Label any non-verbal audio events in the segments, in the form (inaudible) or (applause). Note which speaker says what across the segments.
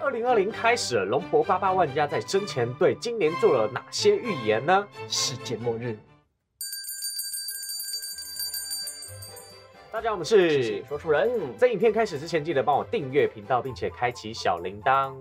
Speaker 1: 二零二零开始，龙婆八八万家在生前对今年做了哪些预言呢？
Speaker 2: 世界末日，
Speaker 1: 大家好，我们
Speaker 2: 是
Speaker 1: 是
Speaker 2: 谁说书人。
Speaker 1: 在影片开始之前，记得帮我订阅频道，并且开启小铃铛。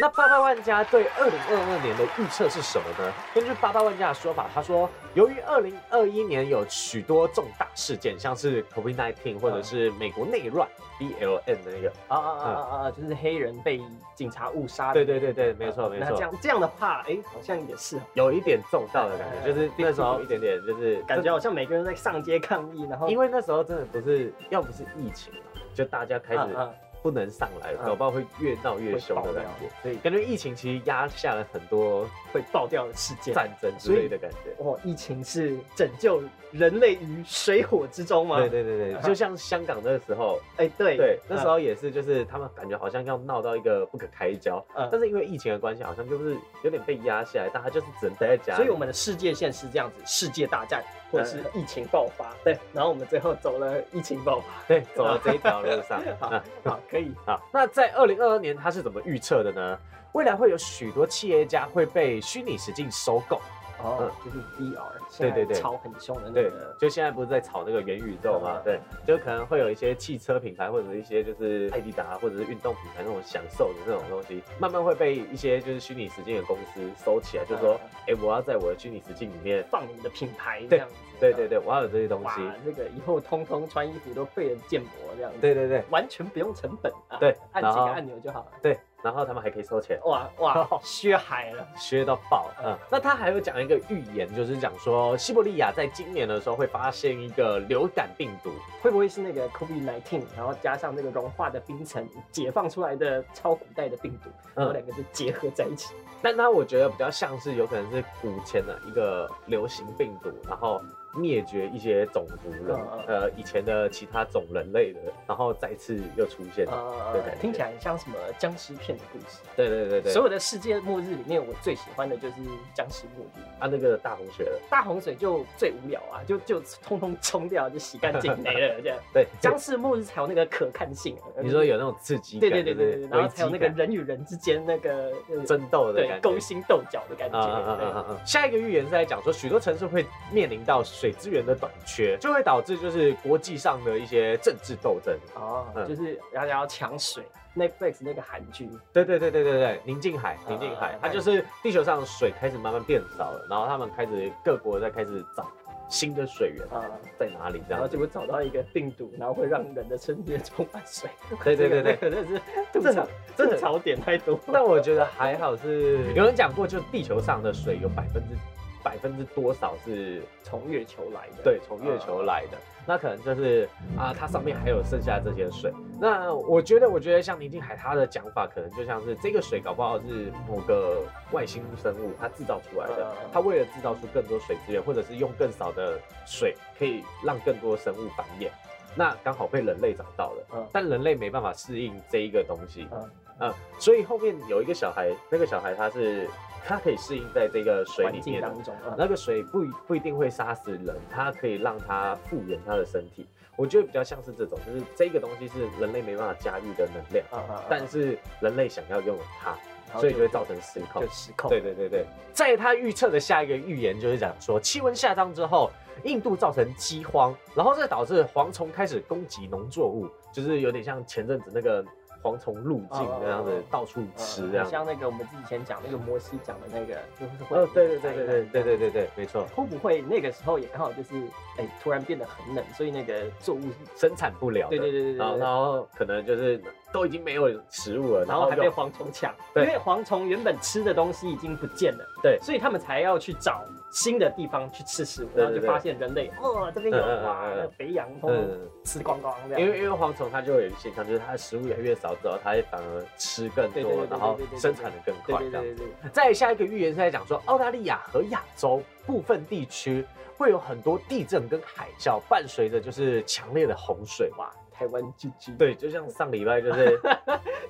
Speaker 1: 那八八万家对二零二二年的预测是什么呢？根据八八万家的说法，他说，由于二零二一年有许多重大事件，像是 COVID-19 或者是美国内乱 BLM 的那个，
Speaker 2: 啊啊啊啊啊！就是黑人被警察误
Speaker 1: 嗯
Speaker 2: 杀的。
Speaker 1: 对对对对，没错没
Speaker 2: 那
Speaker 1: 错
Speaker 2: 这，样这样的话，哎，好像也是，
Speaker 1: 有一点中到的感觉，就是那时候一点点就是
Speaker 2: 感觉好像每个人在上街抗议，然后
Speaker 1: 因为那时候真的不是，要不是疫情啊，就大家开始
Speaker 2: 嗯嗯
Speaker 1: 不能上来，
Speaker 2: 嗯
Speaker 1: 搞不好会越闹越凶的感
Speaker 2: 会
Speaker 1: 觉。所以感觉疫情其实压下了很多
Speaker 2: 会爆掉的事件。
Speaker 1: 战争之类的感觉。
Speaker 2: 哇，疫情是拯救人类于水火之中吗？
Speaker 1: 对对对对，
Speaker 2: 嗯
Speaker 1: 就像香港那时候，
Speaker 2: 哎，对
Speaker 1: 对，那时
Speaker 2: 嗯
Speaker 1: 候也是，就是他们感觉好像要闹到一个不可开交，
Speaker 2: 嗯
Speaker 1: 但是因为疫情的关系，好像就是有点被压下来，大家就是只能待在家里。
Speaker 2: 所以我们的世界线是这样子：世界大战，或者是疫情爆
Speaker 1: 嗯
Speaker 2: 发，对，然后我们最后走了疫情爆发。。
Speaker 1: 对走到这一条路上
Speaker 2: 好
Speaker 1: 嗯
Speaker 2: 好，可以。
Speaker 1: 好，那在二零二二年，它是怎么预测的呢？未来会有许多企业家会被虚拟实境收购，
Speaker 2: 哦，就是 VR，
Speaker 1: 对嗯对对
Speaker 2: 现在炒很凶的那
Speaker 1: 对
Speaker 2: 个，。
Speaker 1: 就现在不是在炒那个元宇宙嘛？
Speaker 2: 嗯
Speaker 1: 对，就可能会有一些汽车品牌或者是一些就是艾迪达或者是运动品牌那种享受的那种东西，慢慢会被一些就是虚拟实境的公司收起来，就说，哎、我要在我的虚拟实境里面，
Speaker 2: 放你们的品牌这样子。啊
Speaker 1: 对对对，我要有这些东
Speaker 2: 哇
Speaker 1: 西，，
Speaker 2: 这个以后通通穿衣服都费了建模这样子，，
Speaker 1: 对对对
Speaker 2: 完全不用成本啊，，
Speaker 1: 对，
Speaker 2: 按
Speaker 1: 然
Speaker 2: 几个
Speaker 1: 后哦
Speaker 2: 按钮就好了。
Speaker 1: 对，然后他们还可以收钱。
Speaker 2: 哇哇，削海了，
Speaker 1: 削到爆，嗯，那他还有讲一个预言，就是讲说西伯利亚在今年的时候会发现一个流感病毒，
Speaker 2: 会不会是那个 COVID 1 9然后加上那个融化的冰层解放出来的超古代的病毒，然
Speaker 1: 嗯，
Speaker 2: 后两个就结合在一起？
Speaker 1: 但它我觉得比较像是有可能是古前的一个流行病毒，然后灭绝一些种族人
Speaker 2: 嗯嗯，
Speaker 1: 呃，以前的其他种人类的，然后再次又出现，对
Speaker 2: 呃
Speaker 1: 感，觉
Speaker 2: 听起来很像什么僵尸片的故事。
Speaker 1: 对对对对，对
Speaker 2: 所有的世界末日里面，我最喜欢的就是僵尸末日。
Speaker 1: 啊那个大红血了，
Speaker 2: 大洪水就最无聊啊，就就通通冲掉，就洗干
Speaker 1: (laughs)
Speaker 2: 净没了这样。
Speaker 1: 对，
Speaker 2: 僵尸末日才有那个可看性啊、
Speaker 1: 你说有那种刺激
Speaker 2: 对
Speaker 1: 感，
Speaker 2: 对对对
Speaker 1: 就是
Speaker 2: 对，然后才有
Speaker 1: 危
Speaker 2: 那
Speaker 1: 机感
Speaker 2: 个人与人之间那个呃
Speaker 1: 争斗的
Speaker 2: 对
Speaker 1: 感
Speaker 2: 勾
Speaker 1: 觉。
Speaker 2: 心斗角的感觉。
Speaker 1: 啊啊啊啊啊！下一个预言是在讲说，许多城市会面临到水资源的短缺，就会导致就是国际上的一些政治斗争。
Speaker 2: 对哦，
Speaker 1: 嗯
Speaker 2: 就是大家要抢水，Netflix 那个韩剧，
Speaker 1: 对对对对对对，宁静海，宁静海
Speaker 2: 啊，
Speaker 1: 它就是地球上的水开始慢慢变少了，然后他们开始各国在开始找新的水源
Speaker 2: 啊，
Speaker 1: 在哪里这
Speaker 2: 然后
Speaker 1: 样
Speaker 2: 结
Speaker 1: 子。
Speaker 2: 果找到一个病毒，然后会让人的身体充满水。
Speaker 1: 对对对对
Speaker 2: 这个那个真的是
Speaker 1: 这
Speaker 2: 吐槽
Speaker 1: 很，这
Speaker 2: 这个
Speaker 1: 很
Speaker 2: 槽点太多。
Speaker 1: 但我觉得还好是有人讲过，就是地球上的水有百分之百分之多少是
Speaker 2: 从月球来的，嗯啊
Speaker 1: 对，从月球来的。那可能就是啊，它上面还有剩下这些水。那我觉得，我觉得像宁静海他的讲法，可能就像是这个水搞不好是某个外星生物它制造出来的
Speaker 2: 嗯，
Speaker 1: 它为了制造出更多水资源，或者是用更少的水，可以让更多生物繁衍。那刚好被人类找到了，
Speaker 2: 嗯
Speaker 1: 但人类没办法适应这一个东西，
Speaker 2: 嗯
Speaker 1: 嗯，所以后面有一个小孩，那个小孩他是他可以适应在这个水
Speaker 2: 环
Speaker 1: 里
Speaker 2: 境
Speaker 1: 面的，
Speaker 2: 当中啊。
Speaker 1: 那个水不一不一定会杀死人，它可以让它复原它的身体。我觉得比较像是这种，就是这个东西是人类没办法驾驭的能量，
Speaker 2: 啊啊啊
Speaker 1: 但是人类想要拥有它，
Speaker 2: 然后
Speaker 1: 所以就会造成失控
Speaker 2: 就。失控。
Speaker 1: 对对对对，在他预测的下一个预言就是讲说，气温下降之后，印度造成饥荒，然后这导致蝗虫开始攻击农作物，就是有点像前阵子那个蝗虫入境
Speaker 2: 哦哦哦
Speaker 1: 那样子
Speaker 2: 哦，
Speaker 1: 到处吃这
Speaker 2: 呃
Speaker 1: 样子。
Speaker 2: 像那个我们之前讲那个摩西讲的那个，就是会
Speaker 1: 哦，对对对对对对对
Speaker 2: 对。
Speaker 1: 对对，没错，
Speaker 2: 会不会那个时候也刚好就是，哎、突然变得很冷，所以那个作物，
Speaker 1: 生产不了的。
Speaker 2: 对对对对
Speaker 1: 然后
Speaker 2: 对，
Speaker 1: 然后可能就是都已经没有食物了，
Speaker 2: 然后还被
Speaker 1: 又
Speaker 2: 蝗虫抢，因
Speaker 1: 对
Speaker 2: 为蝗虫原本吃的东西已经不见了，
Speaker 1: 对
Speaker 2: 所以他们才要去找新的地方去吃食物，
Speaker 1: 对
Speaker 2: 然后就
Speaker 1: 对
Speaker 2: 发现人类，哦，这边有
Speaker 1: 嗯嗯嗯
Speaker 2: 哇，
Speaker 1: 嗯
Speaker 2: 那肥羊通通
Speaker 1: 嗯，
Speaker 2: 吃光光这样，
Speaker 1: 因为因为蝗虫它就有一个现象，就是它的食物越来越少之后，它会反而吃更
Speaker 2: 对对对
Speaker 1: 多
Speaker 2: 对，
Speaker 1: 然后
Speaker 2: 对对对
Speaker 1: 生产的更
Speaker 2: 对
Speaker 1: 快。
Speaker 2: 对
Speaker 1: 这样
Speaker 2: 对对对，
Speaker 1: 再下一个预言是在讲说，澳大利亚和亚洲部分地区会有很多地震跟海啸，伴随着就是强烈的洪水。
Speaker 2: 哇，太台湾 GG。
Speaker 1: 对，就像上礼拜就是 (laughs)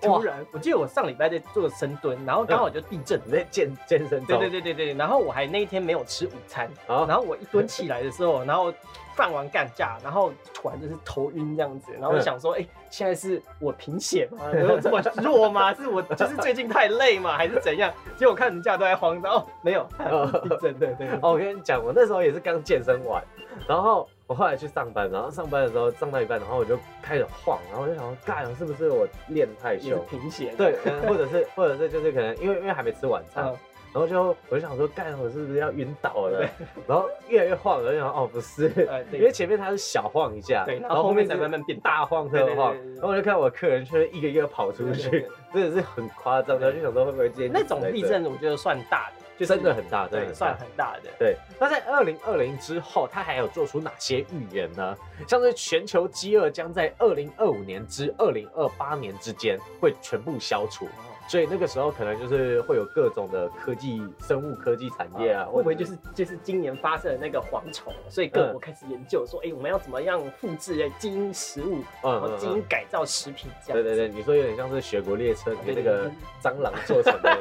Speaker 2: 突然，我记得我上礼拜在做深蹲，然后刚好
Speaker 1: 嗯
Speaker 2: 就地震。
Speaker 1: 你在健健身
Speaker 2: 对
Speaker 1: 中，
Speaker 2: 对对对对，然后我还那一天没有吃午餐，
Speaker 1: 好
Speaker 2: 然后我一蹲起来的时候， (laughs) 然后放完干架，然后突然就是头晕这样子，然后我想说，哎、现在是我贫血
Speaker 1: (laughs)
Speaker 2: 吗？我有这么弱吗？是我就是最近太累吗？还是怎样？结果看人家都在慌张，哦，没有，地 (laughs) 震，对对对，
Speaker 1: (laughs) 哦，我跟你讲，我那时候也是刚健身完，然后我后来去上班，然后上班的时候上到一半，然后我就开始晃，然后我就想说，干，是不是我练太
Speaker 2: 也是
Speaker 1: 凶？
Speaker 2: 贫血，
Speaker 1: 对，可能或者是或者是就是可能因为因为还没吃晚餐，
Speaker 2: 嗯，
Speaker 1: 然后就我就想说，干，我是不是要晕倒了？然后越来越晃，我就想，哦，不是，
Speaker 2: 呃，
Speaker 1: 因
Speaker 2: 对
Speaker 1: 为前面它是小晃一下，
Speaker 2: 对，然后后面才慢慢变大。
Speaker 1: 大晃特晃
Speaker 2: 对对对对对，
Speaker 1: 然后我就看我客人却一个一个跑出
Speaker 2: 对对
Speaker 1: 去
Speaker 2: 对，
Speaker 1: 真的是很夸张，然后就想说会不会今天
Speaker 2: 那种地
Speaker 1: 地震
Speaker 2: 震我觉得算大的，就
Speaker 1: 就是真的很大，真的
Speaker 2: 对，
Speaker 1: 很大
Speaker 2: 算。很大的。
Speaker 1: 对，那在二零二零之后，他还有做出哪些预言呢？像是全球饥饿将在二零二五年至二零二八年之间会全部消除，
Speaker 2: 哦
Speaker 1: 所以那个时候可能就是会有各种的科技、生物科技产业啊，
Speaker 2: 会不
Speaker 1: 或
Speaker 2: 会就
Speaker 1: 者
Speaker 2: 是就是今年发生的那个蝗虫，所以各
Speaker 1: 嗯
Speaker 2: 国开始研究说，哎、我们要怎么样复制哎基因食物，
Speaker 1: 嗯
Speaker 2: 然后基因改造食品这
Speaker 1: 对
Speaker 2: 样
Speaker 1: 对对，
Speaker 2: 子。
Speaker 1: 你说有点像是雪国列车里面那
Speaker 2: 对对
Speaker 1: 个
Speaker 2: 对
Speaker 1: 蟑螂做成的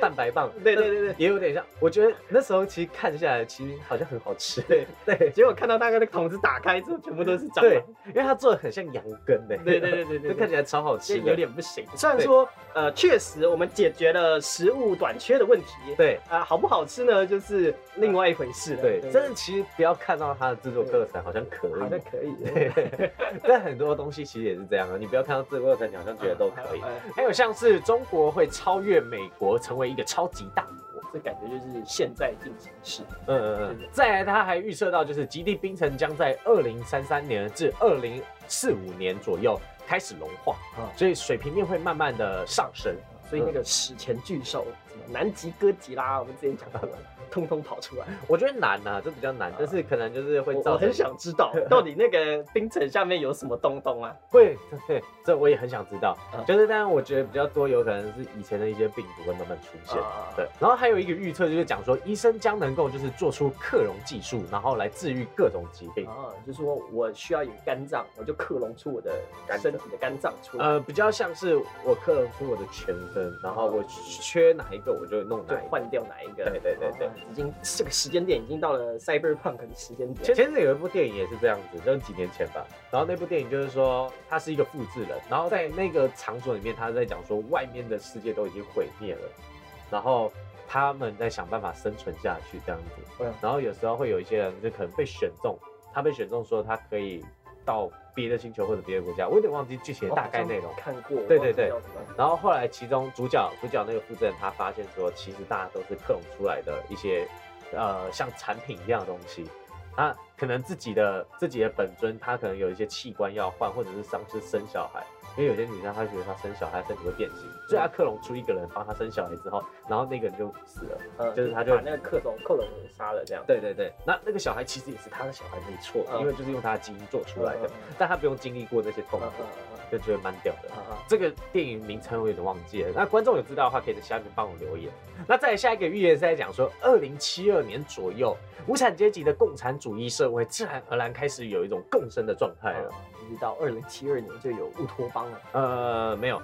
Speaker 1: 蛋白棒，
Speaker 2: (laughs) 对对对对
Speaker 1: 也有点像。我觉得那时候其实看下来，其实好像很好吃。
Speaker 2: 对
Speaker 1: 对
Speaker 2: 结果看到那个那个桶子打开之后，全部都是蟑
Speaker 1: (laughs) 对
Speaker 2: 螂。，
Speaker 1: 因为它做的很像羊羹的，
Speaker 2: 对对对对
Speaker 1: (laughs)
Speaker 2: 对
Speaker 1: 就看起来超好
Speaker 2: 这
Speaker 1: 吃的，
Speaker 2: 有点不行。虽然说，呃，确实我们解决了食物短缺的问题，
Speaker 1: 对。
Speaker 2: 啊、好不好吃呢，就是另外一回事了。
Speaker 1: 对，真的其实不要看到它的制作过程，好像可
Speaker 2: 好像
Speaker 1: 以。
Speaker 2: 可以。
Speaker 1: 对， (laughs) 但很多东西其实也是这样啊，你不要看到制作过程，你好像觉得都可以。
Speaker 2: 哎
Speaker 1: 还有像是中国会超越美国，成为一个超级大国。
Speaker 2: 这感觉就是现在进行式。
Speaker 1: 嗯嗯嗯
Speaker 2: 对。
Speaker 1: 再来，他还预测到，就是极地冰层将在二零三三年至二零四五年左右开始融化
Speaker 2: 嗯，
Speaker 1: 所以水平面会慢慢的上升。
Speaker 2: 所以
Speaker 1: 嗯
Speaker 2: 那个史前巨兽，什么南极哥吉拉，我们之前讲
Speaker 1: (laughs)
Speaker 2: 过，通通跑出来。
Speaker 1: 我觉得难呐、这比较难，但是可能就是会
Speaker 2: 嗯我我
Speaker 1: 造成
Speaker 2: 很想知道，到底那个冰层下面有什么东东啊？
Speaker 1: 会，对，这我也很想知道。
Speaker 2: 嗯
Speaker 1: 就是，当然，我觉得比较多有可能是以前的一些病毒会慢慢出现。
Speaker 2: 啊
Speaker 1: 对，然后还有一个预测就是讲说，医生将能够就是做出克隆技术，然后来治愈各种疾病。
Speaker 2: 啊，就说我需要有肝脏，我就克隆出我的
Speaker 1: 肝脏
Speaker 2: 身体的肝脏出来，
Speaker 1: 呃，比较像是我克隆出我的全身，然后我缺哪一个我就弄
Speaker 2: 就
Speaker 1: 哪一个。
Speaker 2: 嗯换掉哪一个？
Speaker 1: 对对对对
Speaker 2: 啊已经这个时间点已经到了 cyberpunk 的时间
Speaker 1: 前
Speaker 2: 点。
Speaker 1: 前阵有一部电影也是这样子，就是几年前吧。然后那部电影就是说，他是一个复制人，然后在那个场所里面，他在讲说外面的世界都已经毁灭了，然后他们在想办法生存下去这样子。
Speaker 2: 嗯
Speaker 1: 然后有时候会有一些人就可能被选中，他被选中说他可以到别的星球或者别的国家，我有点忘记具体的大概内容
Speaker 2: 我好。像看过，
Speaker 1: 对对对
Speaker 2: 忘记叫什么
Speaker 1: 然后后来其中主角主角那个负责人他发现说，其实大家都是克隆出来的一些呃像产品一样的东西。他可能自己的自己的本尊，他可能有一些器官要换，或者是丧失生小孩，因为有些女生她觉得她生小孩身体会变形，所以她克隆出一个人帮她生小孩之后，然后那个人就死了。
Speaker 2: 呃
Speaker 1: 就是他就
Speaker 2: 把那个克隆克隆人杀了这样。
Speaker 1: 对对对，那那个小孩其实也是他的小孩没错，
Speaker 2: 嗯
Speaker 1: 因为就是用他的基因做出来的
Speaker 2: 嗯，
Speaker 1: 但他不用经历过那些痛
Speaker 2: 嗯
Speaker 1: 苦
Speaker 2: 嗯，嗯
Speaker 1: 就觉得蛮屌的
Speaker 2: 嗯。嗯嗯
Speaker 1: 这个电影名称我有点忘记了，那观众有知道的话，可以在下面帮我留言。那再来下一个预言是在讲说，二零七二年左右，无产阶级的共产主义社会自然而然开始有一种共生的状态了。
Speaker 2: 一直到二零七二年就有乌托邦了。
Speaker 1: 呃，没有，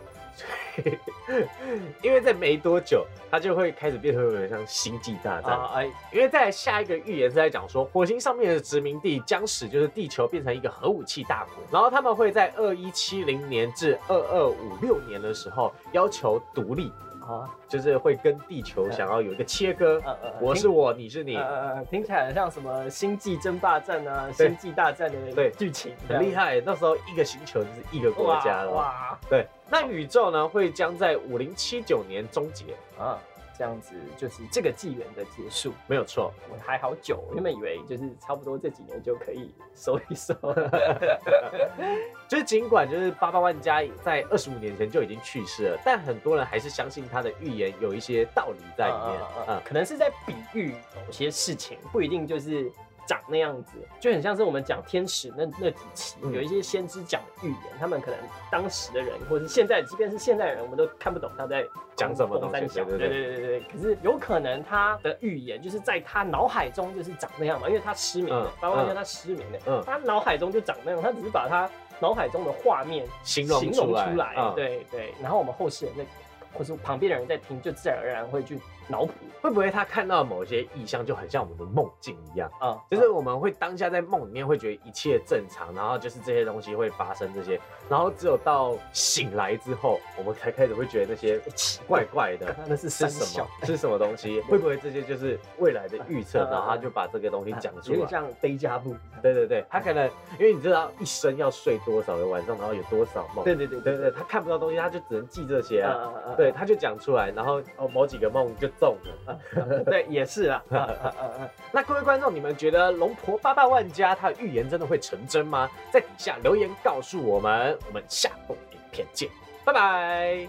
Speaker 1: (laughs) 因为在没多久，它就会开始变成有点像星际大战。
Speaker 2: 啊哎，
Speaker 1: 因为在下一个预言是在讲说，火星上面的殖民地将使就是地球变成一个核武器大国，然后他们会在二一七零年至二二五六年的时候要求独立，
Speaker 2: 啊，
Speaker 1: 就是会跟地球
Speaker 2: 嗯
Speaker 1: 想要有一个切割，
Speaker 2: 呃呃
Speaker 1: 我是我，你是你，
Speaker 2: 呃，听起来像什么《星际争霸战》啊，《
Speaker 1: 对
Speaker 2: 星际大战》
Speaker 1: 对
Speaker 2: 的剧情，
Speaker 1: 很厉害。那时候一个星球就是一个
Speaker 2: 这样
Speaker 1: 国家了，
Speaker 2: 啊哇
Speaker 1: 对。那宇宙呢会将在五零七九年终结，
Speaker 2: 哇啊！这样子就是这个纪元的结束，
Speaker 1: 没有错。
Speaker 2: 我还好久，我原本以为就是差不多这几年就可以收一 (laughs) 收。
Speaker 1: 就是尽管就是八八万家在二十五年前就已经去世了，但很多人还是相信他的预言有一些道理在里面。
Speaker 2: 嗯嗯嗯
Speaker 1: 嗯，
Speaker 2: 可能是在比喻某些事情，不一定就是长那样子，就很像是我们讲天使那那几期，
Speaker 1: 嗯
Speaker 2: 有一些先知讲的预言，他们可能当时的人，或者是现在，即便是现代人，我们都看不懂他在
Speaker 1: 讲什么东西
Speaker 2: 公三小
Speaker 1: 对对
Speaker 2: 对对对对对。啊可是有可能他的预言就是在他脑海中就是长那样嘛，因为他失明了
Speaker 1: 嗯，
Speaker 2: 包括
Speaker 1: 嗯
Speaker 2: 他失明了，
Speaker 1: 嗯
Speaker 2: 他脑海中就长那样，他只是把他。脑海中的画面
Speaker 1: 嗯形容
Speaker 2: 形容出来，
Speaker 1: 嗯
Speaker 2: 对对。然后我们后世人在，或是旁边的人在听，就自然而然会去脑补
Speaker 1: 会不会他看到某些意象就很像我们的梦境一样？
Speaker 2: 啊，
Speaker 1: 嗯就是我们会当下在梦里面会觉得一切正常，然后就是这些东西会发生这些，然后只有到醒来之后，我们才开始会觉得那些
Speaker 2: 奇
Speaker 1: 怪怪
Speaker 2: (laughs)
Speaker 1: 的
Speaker 2: 刚刚那是
Speaker 1: 是
Speaker 2: 三
Speaker 1: 什
Speaker 2: 小嗯
Speaker 1: 么，是什么东西？会不会这些就是未来的预测？然后他就把这个东西讲出
Speaker 2: 啊有点
Speaker 1: 来。
Speaker 2: 像悲加布。
Speaker 1: 对对对，他可能因为你知道一生要睡多少个晚上，然后有多少梦。
Speaker 2: 对对对
Speaker 1: 对对，他看不到东西，他就只能记这些啊。
Speaker 2: 啊
Speaker 1: 对，他就讲出来，然后哦某几个梦就中了。
Speaker 2: 对，也是啊，啊啊啊啊
Speaker 1: 那各位观众，你们觉得龙婆八八万家她的预言真的会成真吗？在底下留言告诉我们，我们下部影片见，拜拜。